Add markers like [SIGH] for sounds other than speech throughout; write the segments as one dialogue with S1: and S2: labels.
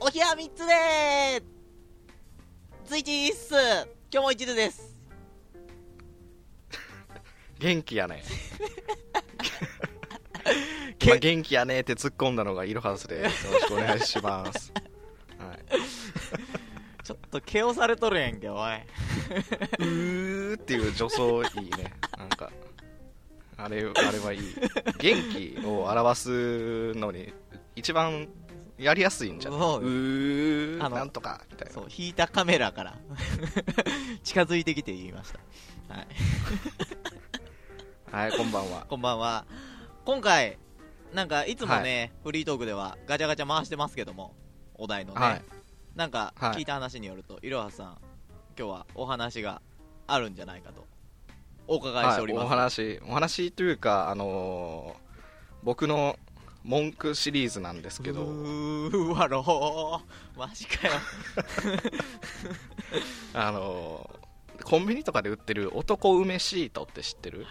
S1: ー、3つでーツイチーっす今日も一途です。
S2: 元気や [LAUGHS] ね
S1: け
S2: まあ元気やねって突っ込んだのがイロハス [LAUGHS] でよろしくお願いします、はい、
S1: ちょっと、ケオされとるやんけ、お [LAUGHS] い。
S2: うーっていう助走いいねなんかあれあれはいい元気を表すのに一番やりやすいんじゃないう
S1: そう
S2: うー
S1: あの
S2: なんとかみたい
S1: そ
S2: な
S1: う、引いたカメラから、 [LAUGHS] 近づいてきて言いました。はい。
S2: はいこん
S1: [LAUGHS]
S2: ばんは
S1: こんばんは。今回、なんか、いつもね、フリートークでは、ガチャガチャ回してますけども、お題のね。
S2: はい
S1: なんか、
S2: はい
S1: 聞いた話によると、いろはさん、今日はお話があるんじゃないかと、お伺いしております。
S2: はい、お話お話というか、あのー僕の文句シリーズなんですけ
S1: う
S2: ど、
S1: ーわろー。 [LAUGHS] マジかよ。
S2: あのーコンビニとかで売ってる男梅シートって知ってる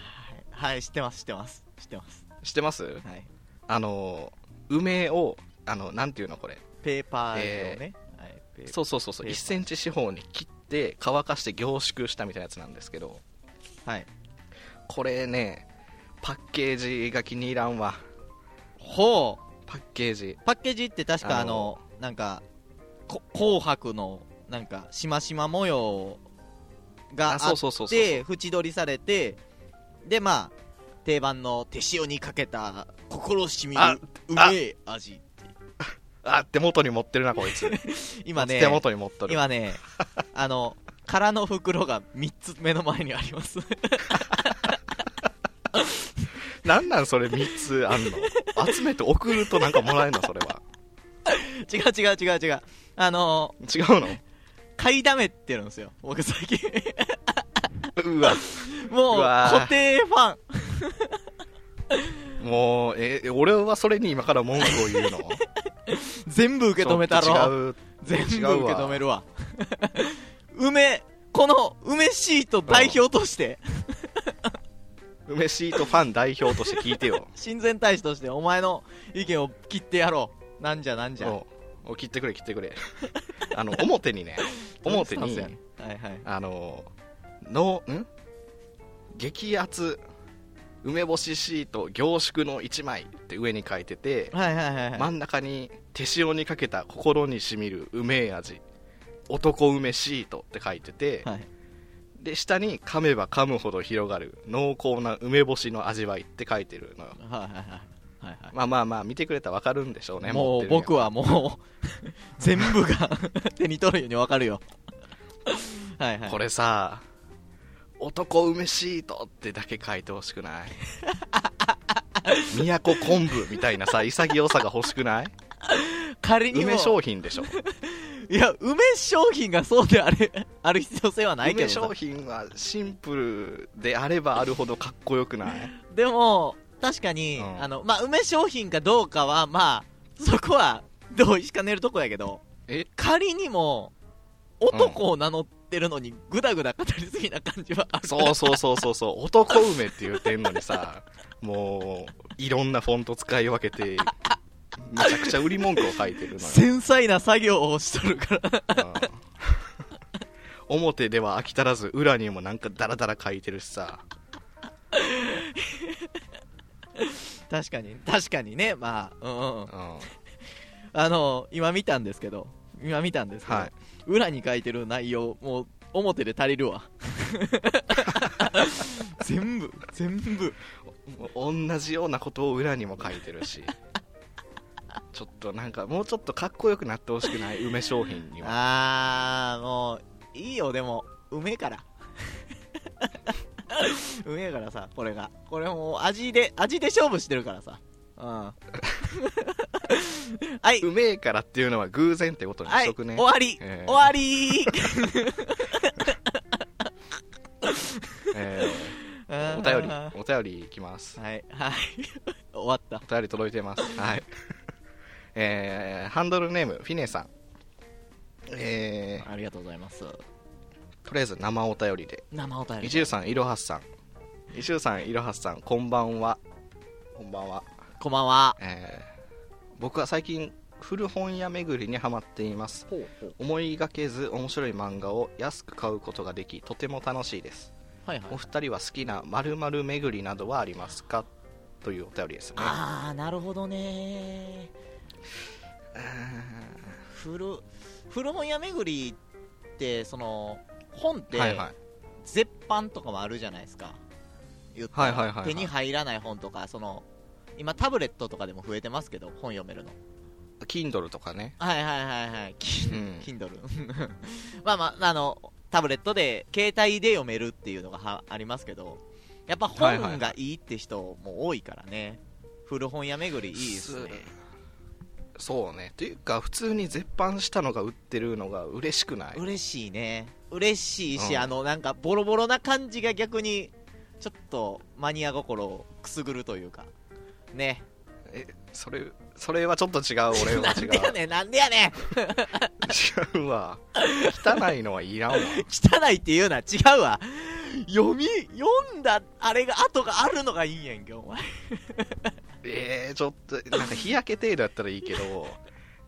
S1: はいはい、知ってます、知ってます。知ってます。
S2: 知ってます
S1: はい。
S2: あのー梅をあのなんていうのこれ
S1: ペーパーをね。はい、ペー
S2: そうそうそうそう
S1: ペーパー
S2: 1センチ四方に切って乾かして凝縮したみたいなやつなんですけど
S1: はい。
S2: これねパッケージが気に入らんわ
S1: ほう。
S2: パッケージ
S1: パッケージって確かあ
S2: あ
S1: の
S2: の、
S1: なんか、こ紅白の、なんか、しましま模様があ
S2: あ
S1: って、
S2: そうそうそうそう
S1: 縁取りされて、で、まあ、定番の手塩にかけた、心しみる
S2: あ、
S1: うめえ味。
S2: あ手元に持ってるなこいつ
S1: [LAUGHS] 今ね
S2: 手、元に持っとる
S1: 今ね、あの、空の袋が3つ目の前にあります。 [LAUGHS]
S2: なんなんそれ3つあんの集めて送るとなんかもらえんのそれは
S1: 違う違う違う違う。あの、
S2: 違う
S1: [LAUGHS]
S2: の
S1: 買いだめってるんですよ、僕最近。
S2: [LAUGHS] うわ
S1: もう、
S2: うわー
S1: 固定ファン。
S2: もうえ俺はそれに今から文句を言うの
S1: 全部受け止めたろ。
S2: ちょっと
S1: 全
S2: 違う
S1: 部
S2: 違う
S1: 受け止
S2: わ
S1: めるわ [LAUGHS] 梅この梅シート代表として
S2: 梅シートファン代表として聞いてよ
S1: 親善大使としてお前の意見を切ってやろうなんじゃなんじ
S2: じ
S1: ゃ
S2: ゃあお切ってくれ切ってくれあの表にね表
S1: そう
S2: に
S1: そうそうはいはい
S2: あののん激圧梅干しシート凝縮の1枚って上に書いてて
S1: はいはいはいはい、
S2: 真ん中に手塩にかけた心にしみるうめえ味男梅シートって書いてて、
S1: はい
S2: で下に噛めば噛むほど広がる濃厚な梅干しの味わいって書いてるのよ
S1: はいはいはいはいはい
S2: まあまあまあ見てくれたら分かるんでしょうね
S1: もう僕
S2: は
S1: はもう [LAUGHS] 全部が手に取るようにわかるよ [LAUGHS] はいはい
S2: これさ男梅シートってだけ書いてほしく
S1: [LAUGHS]
S2: ない都昆布みたいなさ潔さが欲し
S1: [LAUGHS]
S2: くない
S1: 仮にも
S2: 梅商品でしょ
S1: いや梅商品がそうであれ [LAUGHS] ある必要性はないけ
S2: 梅
S1: どさ
S2: 商品はシンプルであればあるほどかっこよ
S1: [LAUGHS]
S2: くない
S1: でも、確かに、
S2: うん
S1: あの、まあ、梅商品かどうかは、まあ、 [LAUGHS] そこは、同意しかねるとこやけど、
S2: え
S1: 仮にも、男を名乗ってるのに、ぐだぐだ語りすぎな感じはある。
S2: そうそうそうそうそう男梅って言ってんのにさもういろんなフォント使い分けてめちゃくちゃ売り文句を書いてるのよ、
S1: 繊細な作業をしとるから。 [LAUGHS]
S2: うん表では飽き足らず裏にもなんかダラダラ書いてるしさ
S1: 確かに、確かにね、まあ、うんうん。
S2: うん
S1: あの、今見たんですけど、今見たんですけど、
S2: はい
S1: 裏に書いてる内容、もう、表で足りる
S2: [LAUGHS]
S1: わ。全部、全部。
S2: 同じようなことを裏にも書いてるしちょっとなんかもうちょっとかっこよくなってほしくない梅商品には
S1: あー、もう、いいよ、でも、うめえから。 [LAUGHS] うめえからさ、これが。これもう、味で、味で勝負してるからさ。うん。
S2: [LAUGHS]
S1: はい、
S2: うめえからっていうのは偶然ってことに
S1: は
S2: し
S1: い、
S2: とく
S1: 終
S2: ね、
S1: わり、
S2: えー
S1: 終わり
S2: えー
S1: [LAUGHS]
S2: [LAUGHS] お便りお便りいきます
S1: はい、 [LAUGHS] はい。終わった。
S2: お便り届いて [LAUGHS] ますはいえーハンドルネームフィネさんえ
S1: ありがとうございます。
S2: ーとりあえず生お便りで
S1: 生お便り。
S2: 伊集さんいろはさん伊集さんいろはさんこんばんはこんばんは
S1: こんばんは。
S2: えー僕は最近古本屋巡りにはまっています
S1: ほうほう
S2: 思いがけず面白い漫画を安く買うことができとても楽しいです
S1: はいはい
S2: お二人は好きな〇〇巡りなどはありますかというお便りですね
S1: ああなるほどね古古本屋巡りってその本って
S2: はいはい
S1: 絶版とかもあるじゃないですか言った
S2: はい
S1: ら
S2: はいはいは
S1: 手
S2: い
S1: に入らない本とかその今タブレットとかでも増えてますけど本読めるの
S2: Kindle とかね
S1: はいはいはいはい [LAUGHS] キ
S2: う
S1: ン
S2: ん
S1: Kindle まあまああのタブレットで携帯で読めるっていうのがはありますけどやっぱ
S2: はいはいは
S1: 本
S2: い
S1: がいいって人も多いからね古本屋巡りいいですね
S2: そうねというか普通に絶版したのが売ってるのが嬉しくない
S1: 嬉しいね嬉しいし、
S2: うん
S1: あのなんかボロボロな感じが逆にちょっとマニア心をくすぐるというかね
S2: えそれそれはちょっと違う俺
S1: な
S2: は違
S1: んでや
S2: う
S1: ねんなんでやねん
S2: 違うわ汚いのはいらんわ
S1: 汚いって言うな違うわ読み読んだあれが後があるのがいいんやんけお前
S2: えー、ちょっとなんか日焼け程度だったらいいけど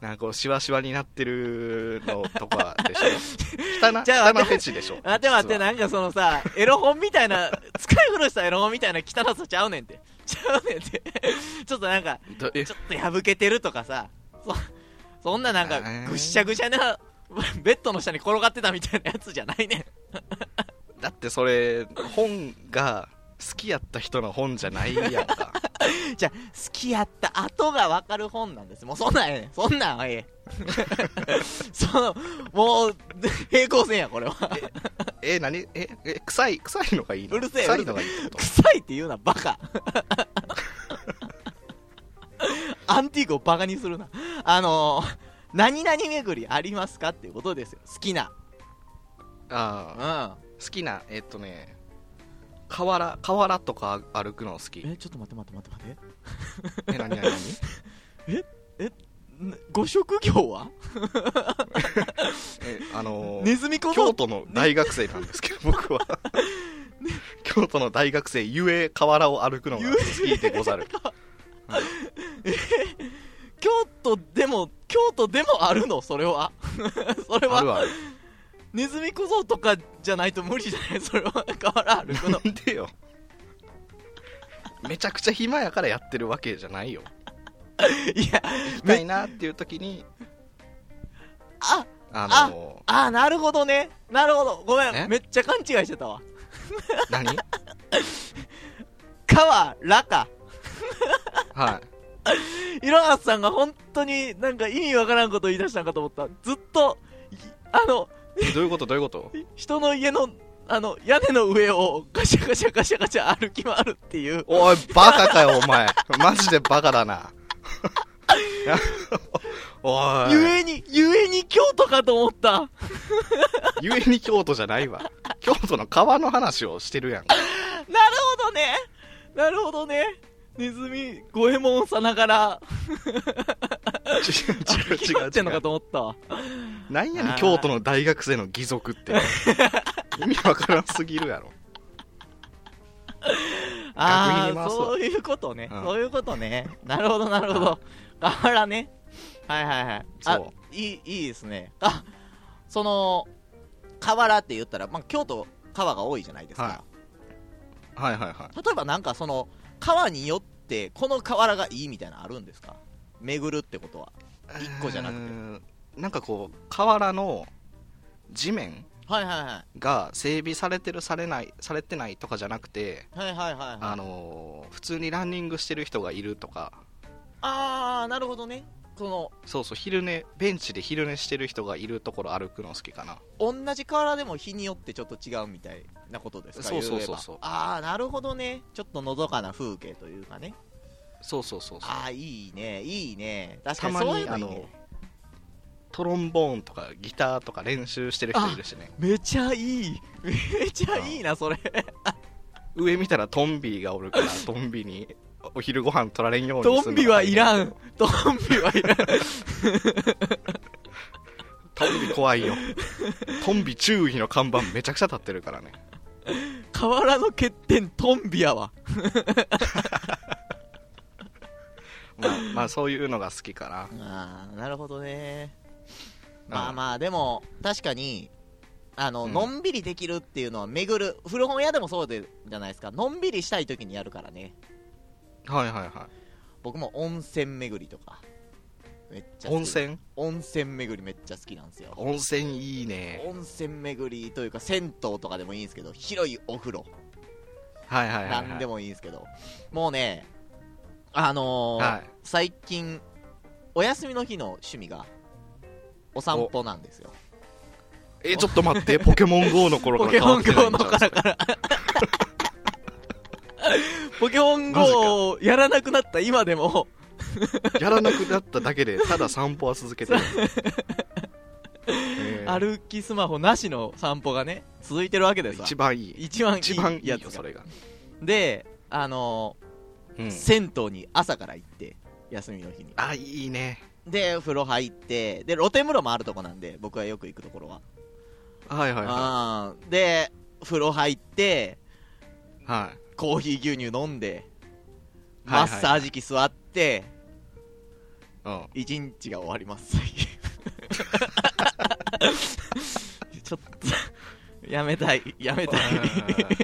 S2: なんかこうシワシワになってるのとかでしょ汚汚
S1: じゃあ
S2: フェチでしょ
S1: 待って待って
S2: 実は
S1: なんかそのさ [LAUGHS] エロ本みたいな使い古したエロ本みたいな汚さちゃうねんってちゃうねんって [LAUGHS] ちょっとなんか
S2: どえ
S1: ちょっと破けてるとかさそそんななんか
S2: あー
S1: ぐっしゃぐしゃなベッドの下に転がってたみたいなやつじゃないねん [LAUGHS]
S2: だってそれ本が好きやった人の本じゃないやんか
S1: じゃあ好きやった後が分かる本なんですもうそんなんええねんそんなんはえ [LAUGHS] えそのもう [LAUGHS] 平行線やこれは
S2: え何ええ臭い臭いのがいいの
S1: うるせえ
S2: 臭いのがいいってこと
S1: 臭いって言うなバ
S2: [LAUGHS]
S1: カアンティークをバカにするなあのー何々巡りありますかっていうことですよ好きなう
S2: ああ
S1: ん
S2: 好きなえっとね河原河原とか歩くの好き
S1: えちょっと待って待って待って待って
S2: え何何 [LAUGHS] 何
S1: んご職業は
S2: えあのー
S1: ネズミ小僧
S2: 京都の大学生なんですけど、 [LAUGHS] 僕は京都の大学生ゆえ河原を歩くのが好きでござる
S1: 京都でも京都でもあるのそれは [LAUGHS] それ
S2: [LAUGHS] ある
S1: は
S2: ある
S1: ネズミ小僧とかじゃないと無理じゃない [LAUGHS] それは河原歩く
S2: [LAUGHS]
S1: の
S2: なんでよめちゃくちゃ暇やからやってるわけじゃないよ
S1: いや
S2: 行きたいなっていう時に
S1: あ
S2: あの
S1: あなるほどねなるほどごめ
S2: え
S1: んめっちゃ勘違いしてたわ
S2: 何
S1: 川らか
S2: はい
S1: ろはさんが本当になんか意味わからんこと言い出したんかと思ったずっといあの
S2: いどういうことどういうこと
S1: い人の家のあの屋根の上をガシャガシャガシャガシャ歩き回るっていう
S2: おいバカかよお前マジでバカだな [LAUGHS] おい
S1: ゆえにゆえに京都かと思った
S2: ゆえに京都じゃないわ京都の川の話をしてるやんか
S1: なるほどねなるほどねネズミ五右衛門さながら
S2: 違 [LAUGHS] う違う
S1: 聞
S2: 違
S1: こ
S2: う
S1: って
S2: 違
S1: んのか
S2: う
S1: と思ったわ
S2: なんやね
S1: あ
S2: ん
S1: ー
S2: 京都の大学生の義足って意味わからんすぎるやろ
S1: ああ
S2: に回すわ
S1: そういうことね、
S2: うん
S1: そういうことねなるほどなるほど河原ねはいはいはいあ
S2: そ
S1: いいいいですねあその河原って言ったら、まあ、京都川が多いじゃないですか、
S2: ははいはいはい
S1: 例えばなんかその川によってこの河原がいいみたいなのあるんですか巡るってことは一個じゃなくて
S2: うーんなんかこう河原の地面
S1: はいはいは
S2: が整備されてるされないされてないとかじゃなくて
S1: いはいはいはいは
S2: あ
S1: い
S2: のー普通にランニングしてる人がいるとか
S1: あーなるほどねその
S2: そうそう昼寝ベンチで昼寝してる人がいるところ歩くの好きかな
S1: 同じ河原でも日によってちょっと違うみたいなことですか
S2: そうそうそう
S1: 言えば
S2: そう
S1: ああなるほどねちょっとのどかな風景というかね
S2: そうそうそうそう
S1: ああいいねいいね確か
S2: た
S1: に
S2: ま
S1: そうい
S2: に
S1: うの
S2: あ
S1: いい
S2: の
S1: ね
S2: トロンボーンとかギターとか練習してる人いるしね
S1: めちゃいいめちゃいいなそれ
S2: 上見たらトンビがおる
S1: [LAUGHS]
S2: からトンビにお昼ご飯取られんようにするのが
S1: トンビはいらんトンビはいらん
S2: トンビ
S1: [LAUGHS]
S2: 怖いよトンビ注意の看板めちゃくちゃ立ってるからね
S1: 河原の欠点トンビやわ
S2: まあ、まあそういうのが好きか
S1: ああなるほどね
S2: な
S1: まあ
S2: あ
S1: まあでも確かにあの、
S2: うん
S1: のんびりできるっていうのは巡る古本屋でもそうでじゃないですかのんびりしたい時にやるからね
S2: はいはいは
S1: 僕も温泉巡りとかめっち
S2: い
S1: ゃ好き
S2: 温泉
S1: 温泉巡りめっちゃ好きなんですよ
S2: 温泉いいね
S1: 温泉巡りというか銭湯とかでもいいんですけど広いお風呂
S2: はいはいはい、はい、
S1: なんでもいいんですけどもうねあのー
S2: はい
S1: 最近お休みの日の趣味がお散歩なんですよ
S2: えちょっと待ってポケモン GO の頃から変わってないんちゃう [LAUGHS]
S1: ポケモン GO をやらなくなった今でも
S2: やらなくなっただけでただ散歩は続けてる、えー
S1: 歩きスマホなしの散歩がね続いてるわけですわ
S2: 一番いい
S1: 一番い
S2: 一番
S1: い
S2: いいよ
S1: やつ
S2: そ
S1: が
S2: れが、
S1: であの
S2: う
S1: ー
S2: ん、
S1: 銭湯に朝から行って休みの日に
S2: あいいね
S1: で風呂入ってで露天風呂もあるとこなんで僕がよく行くところは
S2: はいはいは
S1: あーで風呂入って
S2: いはい
S1: コーヒー牛乳飲んで
S2: は
S1: マ
S2: いはい
S1: ッサージ機座って
S2: [LAUGHS] うん
S1: 一日が終わります [LAUGHS] 最近ちょっとやめたいやめたい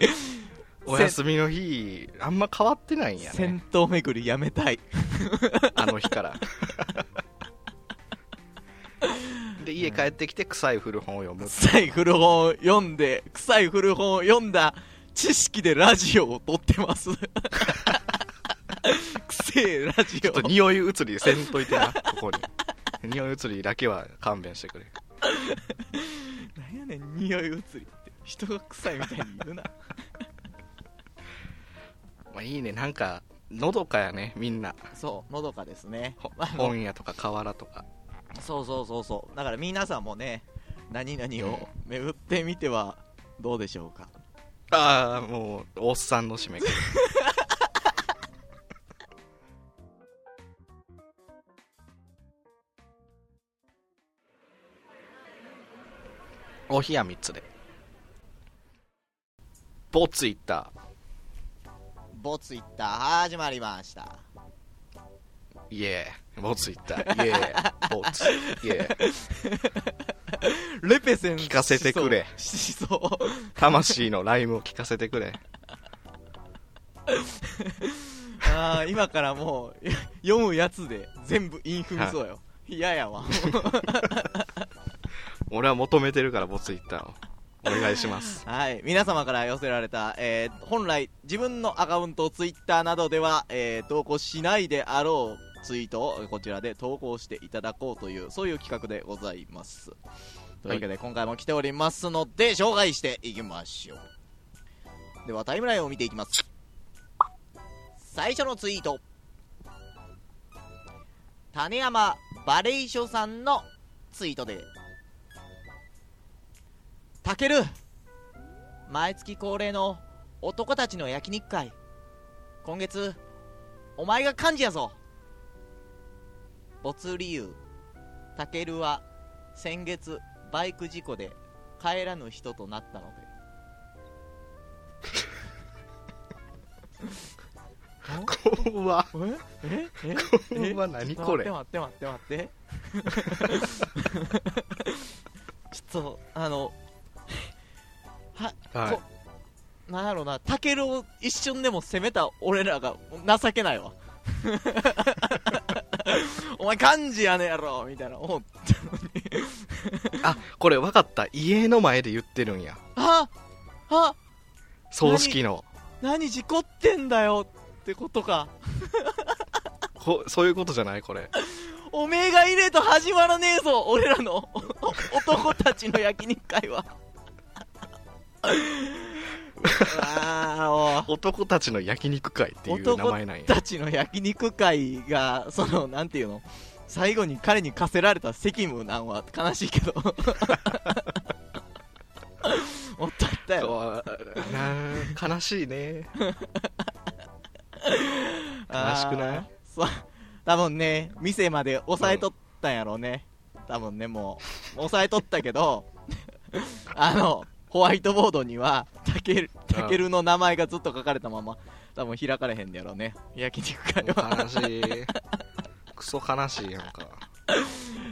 S2: [LAUGHS] お休みの日あんま変わってないんやね
S1: 戦闘巡りやめたい
S2: あの日から [LAUGHS] で家帰ってきて臭い古本を読む
S1: 臭い古本を読んで臭い古本を読んだ知識でラジオを撮ってます [LAUGHS] 臭えラジ
S2: ちょっ
S1: オ
S2: と匂い移りせんといてなここに匂い移りだけは勘弁してくれ
S1: 何やねん匂い移りって人が臭いみたいに言うな
S2: まあいいねなんかのどかやねみんな
S1: そうのどかですね
S2: ほ
S1: あの
S2: 本屋とか河原とか
S1: そうそうそうそうだから皆さんもね何々を巡ってみてはどうでしょうか
S2: ああもうおっさんの締め方お冷や3つでボツイッタ
S1: ボツイッター始まりました
S2: ーイエーボツイッターイエーボツイエー
S1: レペセン
S2: 聞かせてくれ
S1: しそうしそう
S2: 魂のライムを聞かせてくれ
S1: あー今からもうい [LAUGHS] 読むやつで全部インフみそうよ嫌ややわ
S2: 俺は求めてるからボツイッターをお願いし
S1: [LAUGHS]
S2: ます
S1: はい皆様から寄せられた、えー本来自分のアカウントをツイッターなどでは、えー投稿しないであろうツイートをこちらで投稿していただこうというそういう企画でございますというわけで今回も来ておりますので紹介していきましょうではタイムラインを見ていきます最初のツイート種山バレーショさんのツイートで「たける毎月恒例の男たちの焼肉会今月お前が幹事やぞ没理由たけるは先月バイク事故で帰らぬ人となったので
S2: [LAUGHS] 怖
S1: えええ
S2: こんばんは何これ
S1: ちょっと待って待って待って [LAUGHS] 待ってちょっとあのは、
S2: はい
S1: こなんやろうなタケルを一瞬でも攻めた俺らが情けないわ [LAUGHS] お前漢字やねやろみたいな思ったのに
S2: あこれ分かった家の前で言ってるんや
S1: ああ
S2: 葬式の
S1: 何事故ってんだよってことか
S2: こそういうことじゃないこれ
S1: おめえがいねえと始まらねえぞ俺らの [LAUGHS] 男たちの焼肉会は [LAUGHS] あ
S2: 男たちの焼肉会っていう名前なんや
S1: 男たちの焼肉会がそのなんていうの最後に彼に課せられた責務なんは悲しい
S2: [LAUGHS]
S1: けどおったったよ
S2: そうな悲しいね悲しくない
S1: あーそう多分ね店まで押さえとったんやろうね、多分ねも [LAUGHS] う押さえとったけどあのホワイトボードにはたける
S2: ん
S1: たけるの名前がずっと書かれたまま、多分開かれへんねやろうね。焼肉会は。
S2: 悲
S1: [LAUGHS]
S2: しい。クソ悲しいやんか。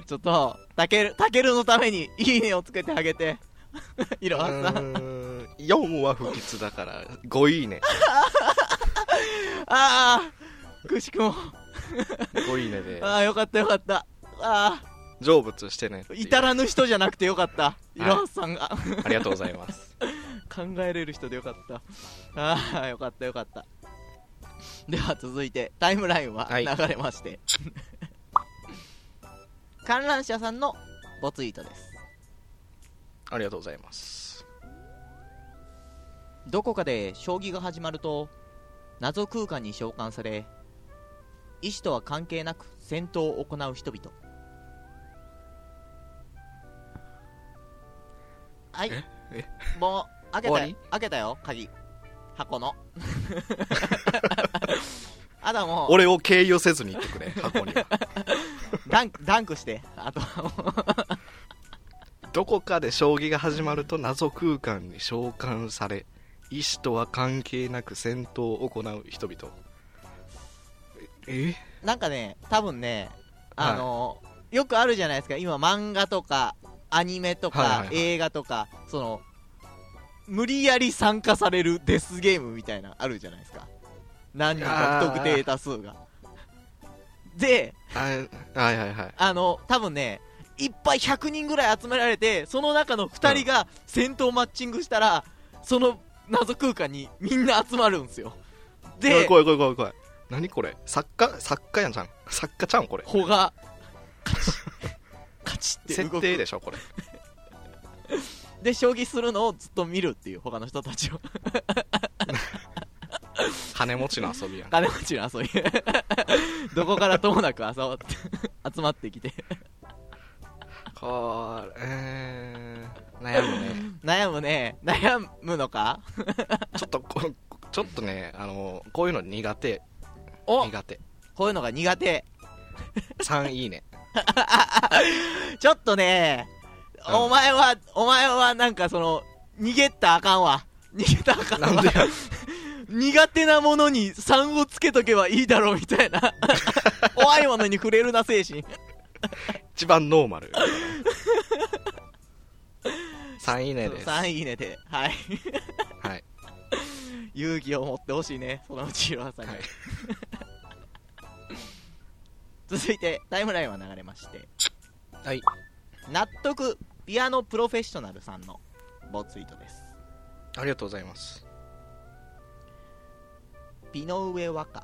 S1: ちょっと、たける、たけるのために、いいねをつけてあげて。 [LAUGHS] いろ
S2: う
S1: はさん。
S2: ーん4は不吉だから、5いいね。
S1: ああくしくも。
S2: 5いいねで、
S1: ああ、よかったよかった。あ
S2: 成仏してねって
S1: あ、
S2: いう
S1: 至らぬ人じゃなくてよかった。いろはさんが [LAUGHS]
S2: ありがとうございます。
S1: 考えれる人でよかった。ああ、よかったよかった。では続いて、タイムラインは
S2: はい
S1: 流れまして。 [LAUGHS] 観覧車さんのボツイートです。
S2: ありがとうございます。
S1: どこかで将棋が始まると謎空間に召喚され意志とは関係なく戦闘を行う人々はい
S2: ええ
S1: もう開けた
S2: 終わ
S1: よ
S2: り
S1: 開けたよ鍵箱
S2: [LAUGHS]
S1: の [LAUGHS] あとはもう
S2: 俺を経由せずに言ってくれ、箱には。
S1: ダンクダンクしてあとはもう
S2: どこかで将棋が始まると謎空間に召喚され意志とは関係なく戦闘を行う人々え
S1: なんかね、多分ね、あのよくあるじゃないですか、今、漫画とか、アニメとか、
S2: はいはいはい
S1: 映画とか、その、無理やり参加されるデスゲームみたいな、あるじゃないですか。何人か不特定多数が。で、
S2: あはいはいはい
S1: あの、多分ね、いっぱい100人ぐらい集められて、その中の2人が戦闘マッチングしたら、その謎空間にみんな集まるんですよ。
S2: おい
S1: で、
S2: 怖い怖い怖い怖い何これ作家作家やんじゃん作家ちゃんこれ
S1: 穂が、カチッ、カチッって動
S2: 設
S1: く。
S2: 定でしょこれ
S1: で将棋するのをずっと見るっていう他の人たちを
S2: 羽持ちの遊
S1: [LAUGHS]
S2: びやん
S1: 金持ちの遊びどこからともなく集まって集まってきて
S2: これえー、悩むね
S1: 悩むね悩むのか
S2: ちょっとこちょっとねあのこういうの苦手
S1: お
S2: 苦手
S1: こういうのが苦手
S2: 3いいね
S1: ちょっとね、
S2: うん
S1: お前はお前はなんかその逃げったらあかんわ逃げたらあかんわ
S2: なんでや
S1: 苦手なものに3をつけとけばいいだろうみたい
S2: [LAUGHS]
S1: な怖いものに触れるな精神
S2: 一番ノ
S1: [LAUGHS]
S2: ーマル3いいねです
S1: 3いいねではい
S2: はい
S1: 勇気を持ってほしいねそのうちいろはさんに、
S2: はい
S1: [LAUGHS] 続いてタイムラインは流れまして
S2: はい
S1: 納得ピアノプロフェッショナルさんのボツイートです
S2: ありがとうございます。
S1: ピノ上和 [LAUGHS] 歌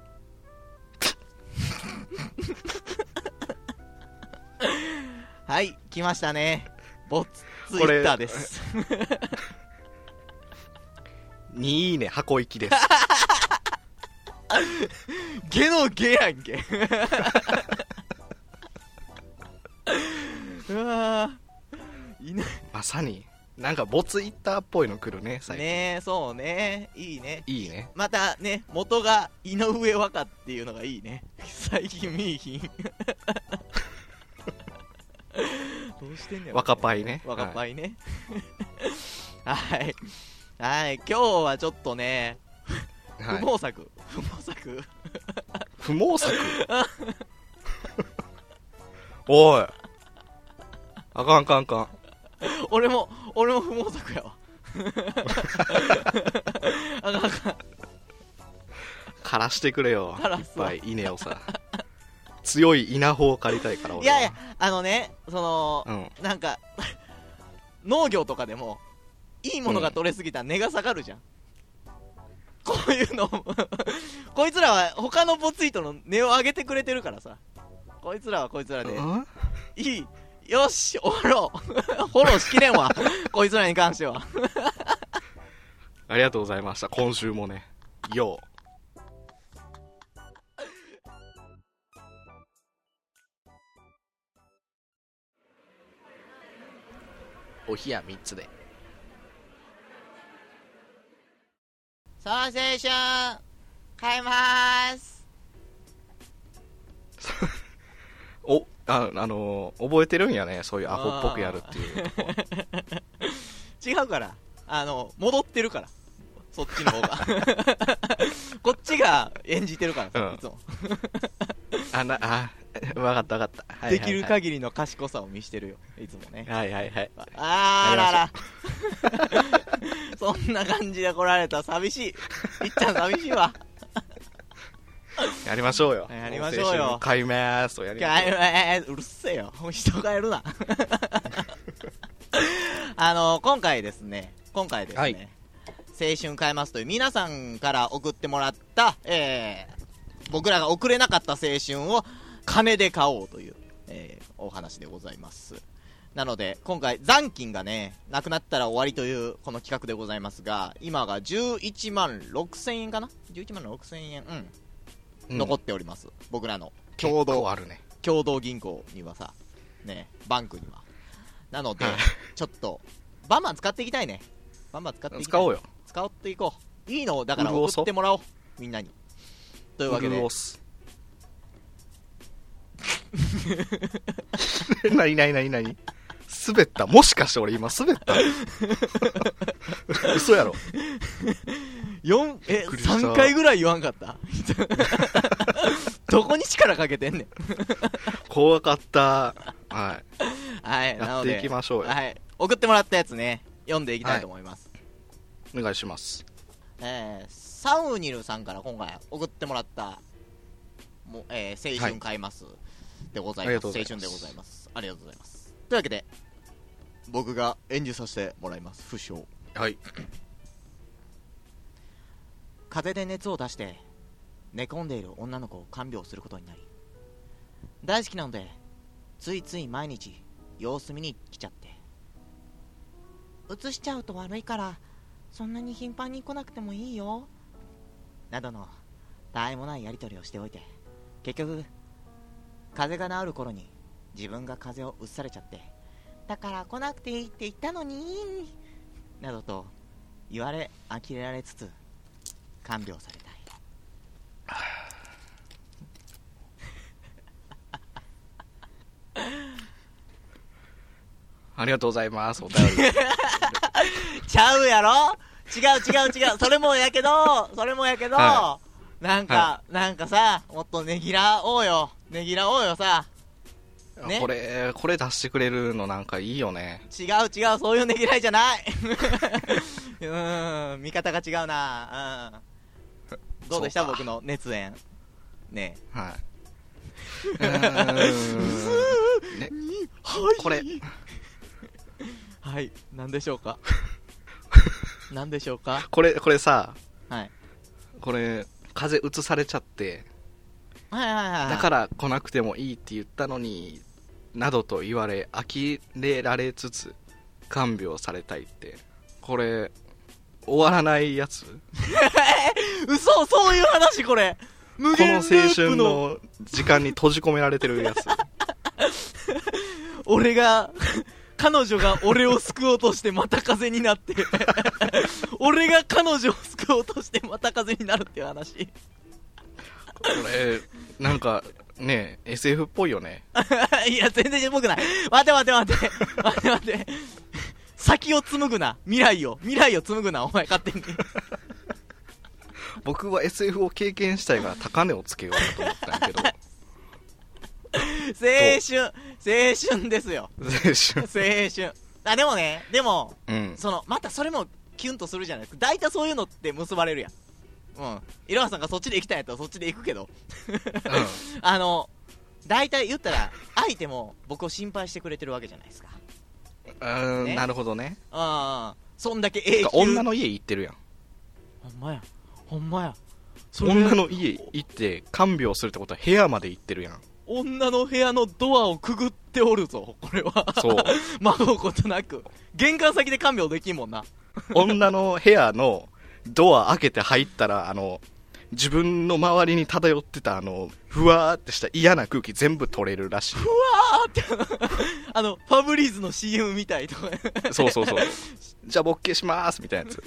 S1: はい来ましたねボツツイ
S2: これ
S1: ッターです
S2: 2いいね、箱行き
S1: [LAUGHS]
S2: です。
S1: ゲのゲやんけ [LAUGHS] うわーいな
S2: まさに、なんかボツイッターっぽいの来るね、最近。
S1: ねえそうねいいね
S2: いいね。
S1: またね元が井上和歌っていうのがいいね最近見い
S2: [LAUGHS]
S1: ひんどうしてんねん
S2: 若パイね
S1: 若パイねはいはい今日はちょっとね
S2: は
S1: 不
S2: い。
S1: 毛作、不毛作
S2: 不
S1: [LAUGHS]
S2: 毛作おい。あかんあかんあかん。
S1: 俺も俺も不毛作や
S2: [LAUGHS]
S1: わあかんあかん
S2: 枯らしてくれよ。
S1: 枯ら
S2: いっ
S1: すわ
S2: ぱい稲をさ。強い稲穂を借りたいから、
S1: い
S2: 俺は。
S1: やいやあのねその
S2: うん。
S1: なんか [LAUGHS] 農業とかでもいいものが取れすぎたら値が下がるじゃん、こういうのも [LAUGHS] こいつらは他のボツイートの値を上げてくれてるからさこいつらはこいつらで
S2: うん
S1: いいよし終わろう [LAUGHS] フォローしきれんわ [LAUGHS] こいつらに関しては
S2: ありがとうございました。今週もね。よう。お冷や3つで。
S1: さあ青春変えます
S2: おああのー覚えてるんやねそういうアホっぽくやるっていうとこ
S1: 違うからあの戻ってるからそっちの方
S2: [LAUGHS]
S1: が [LAUGHS] こっちが演じてるからさ、
S2: うん
S1: いつも
S2: あなあ分かった分かった、はいはいはい、
S1: できる限りの賢さを見してるよいつもね
S2: はいはいはい
S1: あーらら
S2: [LAUGHS]
S1: そんな感じで来られたら寂しいいっちゃん寂しいわ
S2: やりましょうよ
S1: やりましょうよ
S2: 買いますとやりましょう
S1: えうるせえよ人がいるな [LAUGHS] あの今回ですね今回ですね、
S2: はい
S1: 青春変えますという皆さんから送ってもらった、えー僕らが送れなかった青春を金で買おうという、えーお話でございますなので今回残金がねなくなったら終わりというこの企画でございますが今が11万6000円かな11万6000円、うん
S2: うん
S1: 残っております僕らの
S2: 共同あるね
S1: 共同銀行にはさ、ね、バンクには。なので
S2: はい、
S1: ちょっと、バンバン使っていきたいね。バンバン使っていきたい。
S2: 使おうよ
S1: 使っていこう。いいのを、だから
S2: 潤そ
S1: 送ってもらおう。みんなに。というわけで
S2: 潤、す [LAUGHS] なになになになに滑ったもしかして俺今滑った [LAUGHS] 嘘やろ
S1: 4、え、
S2: くりした
S1: 3回ぐらい言わんかったどこに力かけてんねん。
S2: 怖かったはい
S1: はい、な
S2: や
S1: の
S2: っ
S1: で、
S2: ていきましょうよ
S1: はい。送ってもらったやつね、読んでいきたいと思います。
S2: お願いします
S1: えーサウニルさんから今回送ってもらったも、えー青春買います、でござい
S2: あり
S1: ま
S2: が
S1: す
S2: とうござい
S1: 青春でござ
S2: ます
S1: いますありがとうございますというわけで僕が演じさせてもらいます不詳
S2: はい
S1: 風邪で熱を出して寝込んでいる女の子を看病することになり大好きなのでついつい毎日様子見に来ちゃってうつしちゃうと悪いからそんなに頻繁に来なくてもいいよなどのたわいもないやり取りをしておいて結局風邪が治る頃に自分が風邪をうっされちゃってだから来なくていいって言ったのになどと言われ呆れられつつ看病されたい
S2: ありがとうございますお便
S1: [LAUGHS]
S2: り
S1: ちゃうやろ違う違う違うそれもやけどそれもやけど、
S2: は
S1: なんか、なんかさもっとねぎらおうよねぎらおうよさね
S2: これこれ出してくれるのなんかいいよね
S1: 違う違うそういうねぎらいじゃない [LAUGHS] うーん見方が違うなうんどうでした
S2: そうか
S1: 僕の熱演ね
S2: はい
S1: [LAUGHS]
S2: うーんね
S1: えはい
S2: これ
S1: はい何でしょう
S2: [LAUGHS]
S1: か何でしょうか
S2: これこれさ
S1: はい
S2: これ風邪うつされちゃって
S1: はいはいはい
S2: だからら来なくてもいいって言ったのになどと言われ呆れられつつ看病されたいってこれ終わらないやつこ
S1: 嘘そういう話これ無
S2: の
S1: 限
S2: 青
S1: ループの
S2: 春の時間に閉じ込められてるやつ
S1: 俺が彼女が俺を救おうとしてまた風になって俺が彼女を救おうとしてまた風になるっていう話
S2: これなんかね SF っぽいよね
S1: いや全然僕ない待て待て待て待て待て先を紡ぐな未来を未来を紡ぐなお前勝手に
S2: 僕は SF を経験したいから高値をつけようと思ったんやけど [LAUGHS]
S1: 青春青春ですよ
S2: 青
S1: 青春あでもねでも
S2: 春うん
S1: そのまたそれもキュンとするじゃないですか大体そういうのって結ばれるやんうんいろはさんがそっちで行きたいんやったらそっちで行くけど
S2: うん
S1: あの、大体言ったら、相手も僕を心配してくれてるわけじゃないですか。
S2: うーん
S1: ね
S2: なるほどね
S1: うん。そんだけ永久。
S2: 女の家行ってるやん
S1: ほんまや。ほんまや。それ
S2: 女の家行って看病するってことは部屋まで行ってるやん
S1: 女の部屋のドアをくぐっておるぞ、これは。
S2: そう
S1: [LAUGHS] まごうことなく。玄関先で看病できんもんな。
S2: 女の部屋のドア開けて入ったらあの自分の周りに漂ってたあのふわーってした嫌な空気全部取れるらしい
S1: あーって、あの、ファブリーズの CM みたいとか。
S2: そうそうそうじゃあ勃起しますみたいなやつ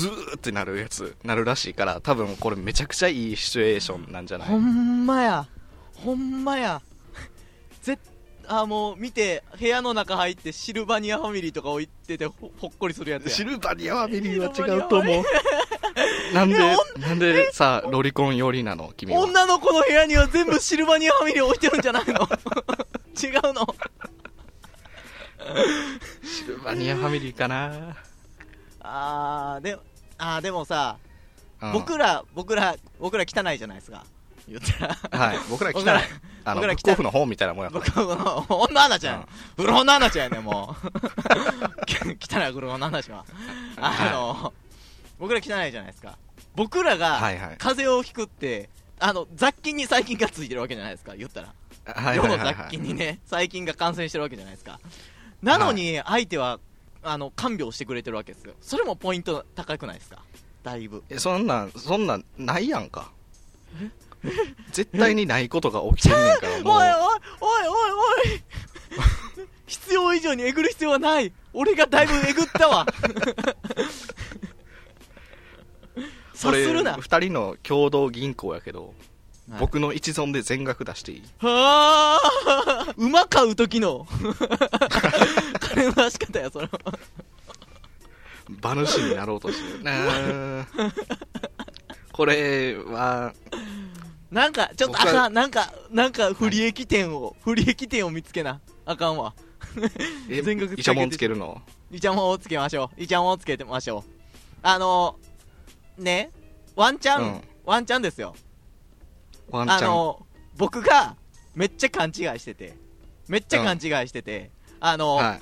S2: スーってなるやつなるらしいから多分これめちゃくちゃいいシチュエーションなんじゃない
S1: ほんまや。ほんまや。ぜっ、あもう見て部屋の中入ってシルバニアファミリーとか置いててほほっこりするやつや
S2: シルバニアはミリーは違うと思う。なんで、なんでさ、ロリコン寄りなの君は。
S1: 女の子の部屋には全部シルバニアファミリー置いてるんじゃないの [LAUGHS] 違うの
S2: シルバニアファミリーかな、
S1: あーであーでもさ、
S2: うん
S1: 僕ら僕ら僕ら汚いじゃないですか言ったら
S2: はい。僕ら来
S1: 僕
S2: た
S1: ら
S2: ら、あの、
S1: 僕
S2: ブ
S1: ら
S2: ッ
S1: 来
S2: ク
S1: た
S2: オフの本みたいなもんやから。
S1: 僕はこの女アナちゃ
S2: うん
S1: ん古本のアナちゃんやねもう [LAUGHS] 汚い古本のアナちゃんはあの僕ら汚いじゃないですか僕らが
S2: はいはい
S1: 風邪をひくってあの雑菌に細菌がついてるわけじゃないですか言ったら
S2: は
S1: [LAUGHS]
S2: い
S1: 世
S2: はい
S1: の
S2: はい
S1: 雑
S2: はい
S1: 菌にね、細菌が感染してるわけじゃないですか。なのに、相手は、あの、看病してくれてるわけですよ。それもポイント高くないですかだいぶ。
S2: えそんなん、そんなん、ないや
S1: [LAUGHS]
S2: んか。絶対にないことが起きてん
S1: [LAUGHS]
S2: ねんか
S1: お
S2: ら、
S1: い
S2: も。
S1: おいおいうおいおい [LAUGHS] 必要以上にえぐる必要はない俺がだいぶえぐった
S2: [LAUGHS]
S1: わそうするな
S2: 俺二人の共同銀行やけど、
S1: はい
S2: 僕の一存で全額出していい
S1: はあ馬買う時の [LAUGHS] 金の出し方やそれは
S2: 馬主になろうとし
S1: [LAUGHS]
S2: てる。なあこれは、
S1: なんか、ちょっとあ
S2: 僕は
S1: かん、なんか、なんか不利益点を、不利益点を見つけな。あかんわ。
S2: え、
S1: 全額
S2: イチャモンつけるの
S1: イチャモンをつけましょう。イチャモンをつけてましょう。あのー、ね、ワンチャン、
S2: うん
S1: ワンチャンですよ。
S2: ワンチ
S1: あ
S2: ャン。
S1: のー、僕が、めっちゃ勘違いしてて、めっちゃ勘違いしてて、あのー、
S2: は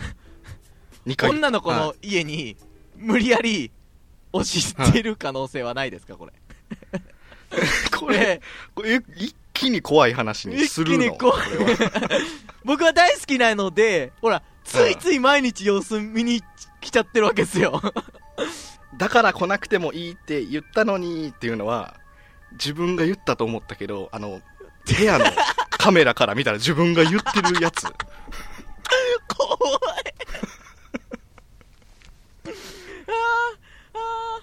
S2: い。2回。
S1: 女の子
S2: はい
S1: の家に、無理やり、押し入ってる可能性はないですか、これ。
S2: こ
S1: これ
S2: れ、、これ一気に怖い話にするの
S1: 一気に怖い
S2: これは
S1: [LAUGHS] 僕は大好きなので、ほら、ついつい毎日様子見に来ちゃってるわけですよ。
S2: だから来なくてもいいって言ったのにっていうのは、自分が言ったと思ったけど、あの、部屋のカメラから見たら自分が言ってるや [LAUGHS] つ。
S1: 怖いあーあ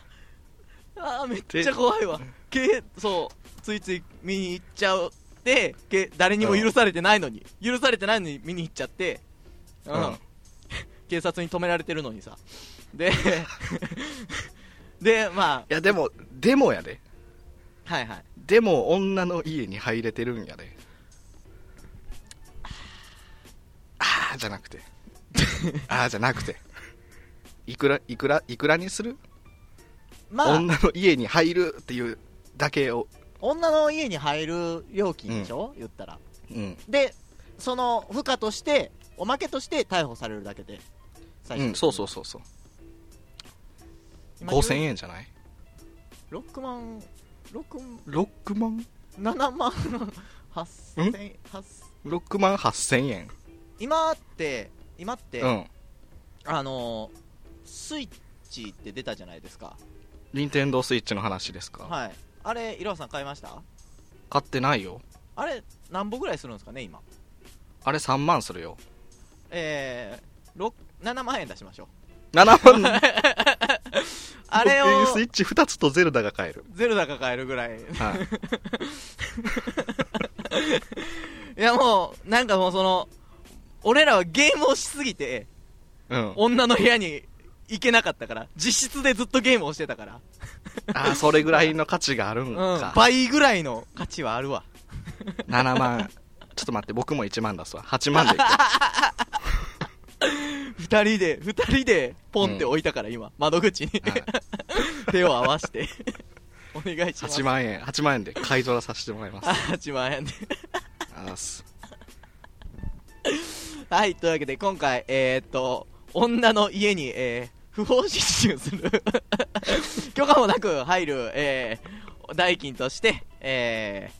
S1: ーあーめっちゃ怖いわけそうついつい見に行っちゃうでけ誰にも許されてないのに、許されてないのに見に行っちゃって、うん
S2: うん
S1: 警察に止められてるのにさででま
S2: いや、でも、でもやで。
S1: あはいはい
S2: でも、女の家に入れてるんやで。あーじゃなくて。あーじゃなくて。いくら、いくら、いくらにする
S1: まあ
S2: 女の家に入るっていうだけを。
S1: 女の家に入る料金でしょ、言ったら
S2: うん。
S1: でその負荷としておまけとして逮捕されるだけで最
S2: うん、そうそうそうそう。5000円じゃない
S1: 6万6
S2: ?6 万
S1: 7万8000
S2: ?6 万8000円。
S1: 今って今って、
S2: うん。
S1: あのースイッチって出たじゃないですか
S2: 任天堂スイッチの話ですか、
S1: はいあれいろはさん買いました
S2: 買ってないよ。
S1: あれ何本ぐらいするんですかね今
S2: あれ3万するよ。
S1: えーろく、7万円出しましょう
S2: 7万
S1: [LAUGHS] あれを
S2: スイッチ2つとゼルダが買える。
S1: ゼルダが買えるぐらい
S2: はい。
S1: いやもう、なんかもうその、俺らはゲームをしすぎて、
S2: うん。
S1: 女の部屋に行けなかったから、実質でずっとゲームをしてたから、
S2: ああ、それぐらいの価値があるん
S1: うん
S2: か。
S1: 倍ぐらいの価値はあるわ。
S2: 7万。ちょっと待って、僕も1万出すわ。8万でいく。
S1: [LAUGHS] 二人で、二人で、ポンって置いたから今、窓口に、
S2: はい
S1: [LAUGHS] 手を合わせ
S2: [LAUGHS]
S1: て、お願いします。
S2: 8万円、8万円で買い取らさせてもらいます。あ
S1: 8万円で。
S2: ーす
S1: はい、というわけで今回、えー、っと、女の家に、えー、不法侵入する、 [LAUGHS] 許可もなく入る、えー、代金として、え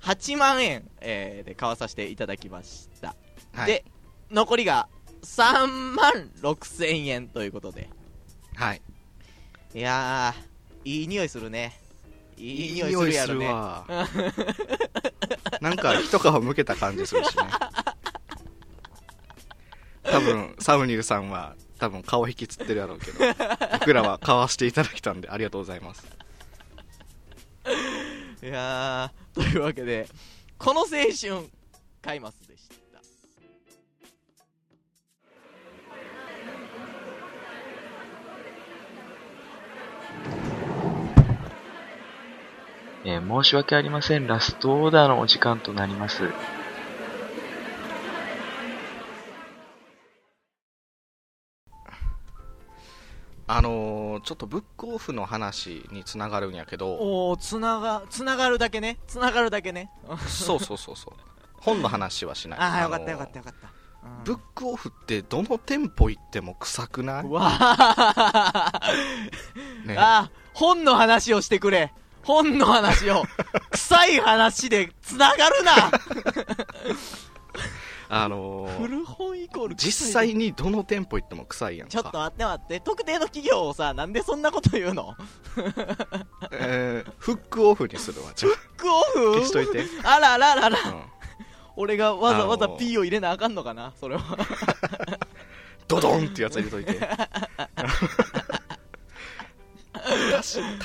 S1: ー、8万円、えー、で買わさせていただきました。
S2: はい。
S1: で、残りが3万6千円ということで。
S2: はい。
S1: いやー、いい匂いするね。いい匂いするやろ
S2: いい匂いする
S1: ね。
S2: わ [LAUGHS] なんか一皮むけた感じするしね多分サウニルさんは多分顔引きつってるやろうけど僕らは買わしていただいたんでありがとうございます
S1: いやー、というわけで、この青春、買いますでした。
S3: えー申し訳ありません。ラストオーダーのお時間となります。
S2: あのーちょっとブックオフの話につながるんやけど
S1: おおつながつながるだけねつながるだけねあ
S2: そうそうそうそう本の話はしない
S1: あーよ
S2: の
S1: かったよかったよかったうん
S2: ブックオフってどの店舗行っても臭くないう
S1: わあ、 [LAUGHS]
S2: ね
S1: あ本の話をしてくれ本の話 [LAUGHS] を臭い話でつながるな
S2: あのー
S1: 古本イコール臭い
S2: 実際にどの店舗行っても臭いやんか
S1: ちょっと待って待って特定の企業をさなんでそんなこと言う
S2: [LAUGHS]
S1: の
S2: えーフックオフにするわじゃあ
S1: クオフ
S2: 消しといて
S1: あらあらあらあら、
S2: うん
S1: 俺がわざわざ
S2: あのー
S1: P を入れなあかんのかなそれは [LAUGHS]
S2: ドドンってやつ入れといて確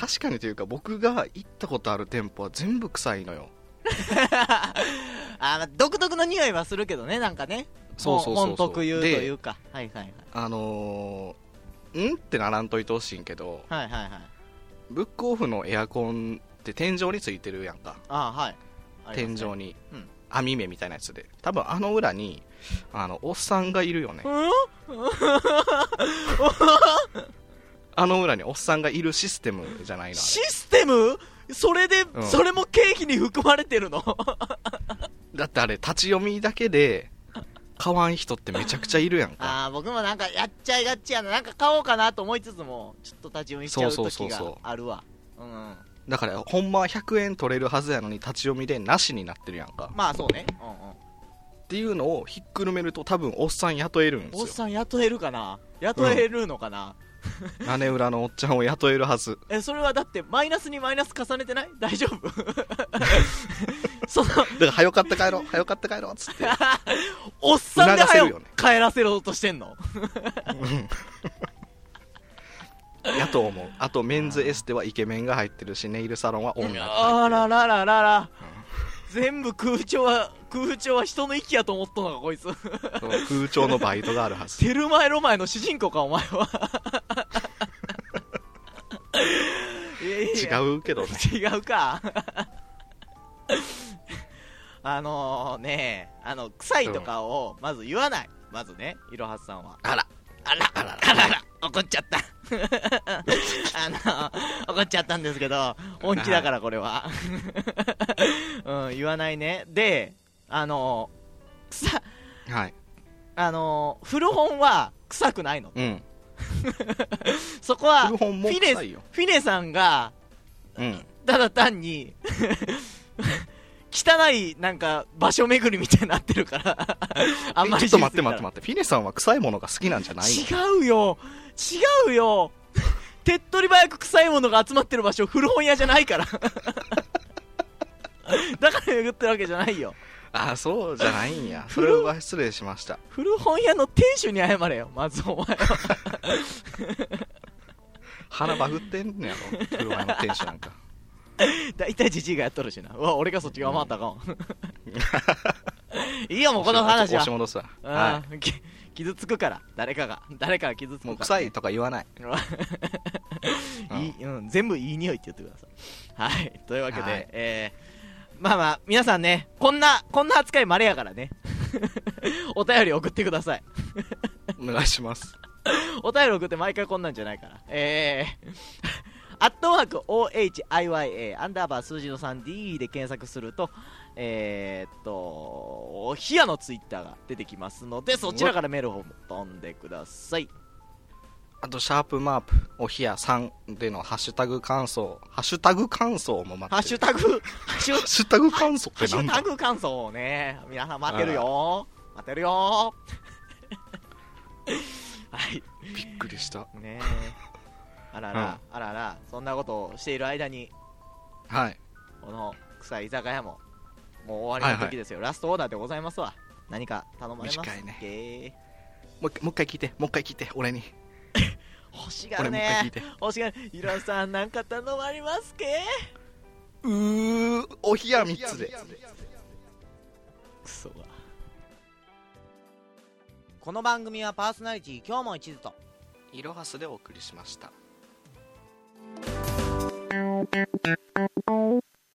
S2: [LAUGHS] 確かにというか僕が行ったことある店舗は全部臭いのよ
S1: あー独特の匂いはするけどねなんかね
S2: そうそうそうそう
S1: 本特有と
S2: で
S1: いうかはいはい
S2: あのーんってならんといてほしいんけど
S1: はいはいはいはい
S2: ブックオフのエアコンって天井についてるやんか
S1: あーはいあり
S2: 天
S1: ますね
S2: 井に
S1: うん
S2: 網目みたいなやつで多分あの裏にあのおっさんがいるよね [LAUGHS] あの裏におっさんがいるシステムじゃないのあ
S1: システムそれで、
S2: うん
S1: それも経費に含まれて
S2: [LAUGHS]
S1: るの
S2: れだってあれ立ち読みだけで買わん人ってめちゃくちゃいるやんか
S1: ああ僕もなんかやっちゃいがちやななんか買おうかなと思いつつもちょっと立ち読みしちゃう
S2: そうそ
S1: 時
S2: うそうそう
S1: があるわうん
S2: だからほんまは100円取れるはずやのに立ち読みでなしになってるやんか
S1: まあそうね、うんうん、
S2: っていうのをひっくるめると多分おっさん雇えるんで
S1: おっ
S2: すよ
S1: さん雇えるかな雇えるのかな、
S2: 屋根裏のおっちゃんを雇えるはず
S1: えそれはだってマイナスにマイナス重ねてない大丈
S2: [LAUGHS]
S1: 夫その
S2: だから早かった帰ろう早かった帰ろうっつって
S1: おっさんで
S2: 促せ
S1: 早
S2: るよ
S1: く
S2: ね
S1: 帰らせろうとしてんの
S2: [LAUGHS] やと思うあとメンズエステはイケメンが入ってるしネイルサロンは女が入ってる
S1: あららららら、全部空調は空調は人の息やと思っとんのかこいつ
S2: そう空調のバイトがあるは
S1: [LAUGHS]
S2: ず
S1: テルマエロマエの主人公かお前
S2: [LAUGHS]
S1: はいやいや
S2: 違うけどね
S1: 違うかあのねあの臭いとかをまず言わない、まずねいろはさんは
S2: あら
S1: あらあらあら怒っちゃった [LAUGHS] あの怒っちゃったんですけど本気だからこれ [LAUGHS] は、うん、言わないねであの臭
S2: はい
S1: あの古本は臭くないの
S2: うん
S1: そこはフ
S2: 古本も
S1: ィネ
S2: 臭いよ
S1: フィネさんが
S2: うん
S1: ただ単に汚いなんか場所巡りみたいになってるからあんまり
S2: えちょっと待って待って待ってフィネさんは臭いものが好きなんじゃない
S1: 違うよ違うよ手っ取り早く臭いものが集まってる場所古本屋じゃないからだから巡ってるわけじゃないよ
S2: あそうじゃない
S1: [LAUGHS]
S2: んやそれは失礼しました
S1: 古本屋の店主に謝れよまずお前は
S2: 腹バグってんねやろ古本屋の店主なんか
S1: 大体じじいがやっとるしなうわ俺がそっち側回ったらあか
S2: [LAUGHS]
S1: んいいよ [LAUGHS] もうこの話は
S2: 押し戻すわ
S1: うん
S2: は
S1: き [LAUGHS] 傷つくから誰かが誰かが傷つく
S2: い
S1: から
S2: もう臭いとか言わないうん
S1: いいうん、全部いい匂いって言ってください。はい、というわけで、
S2: はい
S1: えー、まあまあ、皆さんね、こんな、こんな扱いまれやからね。 [LAUGHS] お便り送ってください。
S2: お願いし
S1: [LAUGHS]
S2: ます
S1: お便り送って毎回こんなんじゃないから。えー。 [LAUGHS] アットマーク OHIYA アンダーバー数字の 3D で検索すると、えー、っと、ヒアのツイッターが出てきますので、そちらからメールを飛んでください。
S2: あとシャープマープおひやさんでのハッシュタグ感想ハッシュタグ感想も待ってる
S1: ハッシュタグ、
S2: [LAUGHS]
S1: ハッシュ
S2: ハッシュタグ感想っ
S1: ハッ
S2: て
S1: シ
S2: なん
S1: ュ
S2: だ
S1: タグ感想をね、皆さん待ってるよ待ってるよ [LAUGHS] はい。
S2: びっくりした
S1: ねえ。あらら、あらら、そんなことをしている間に、
S2: はい
S1: この臭い居酒屋も、もう終わりの時ですよ。ラストオーダーでございますわ。何か頼まれます
S2: 短いね
S1: えー
S2: もう一回もう一回聞いてもう一回聞いて俺に
S1: 欲しが
S2: 俺
S1: る
S2: もう一回聞い
S1: ね。
S2: て
S1: 欲しがる。いろさん、なんか頼まれますけ
S2: うーおひや3つで
S1: クソが。
S4: この番組はパーソナリティ今日も一途と
S2: いろはすでお送りしました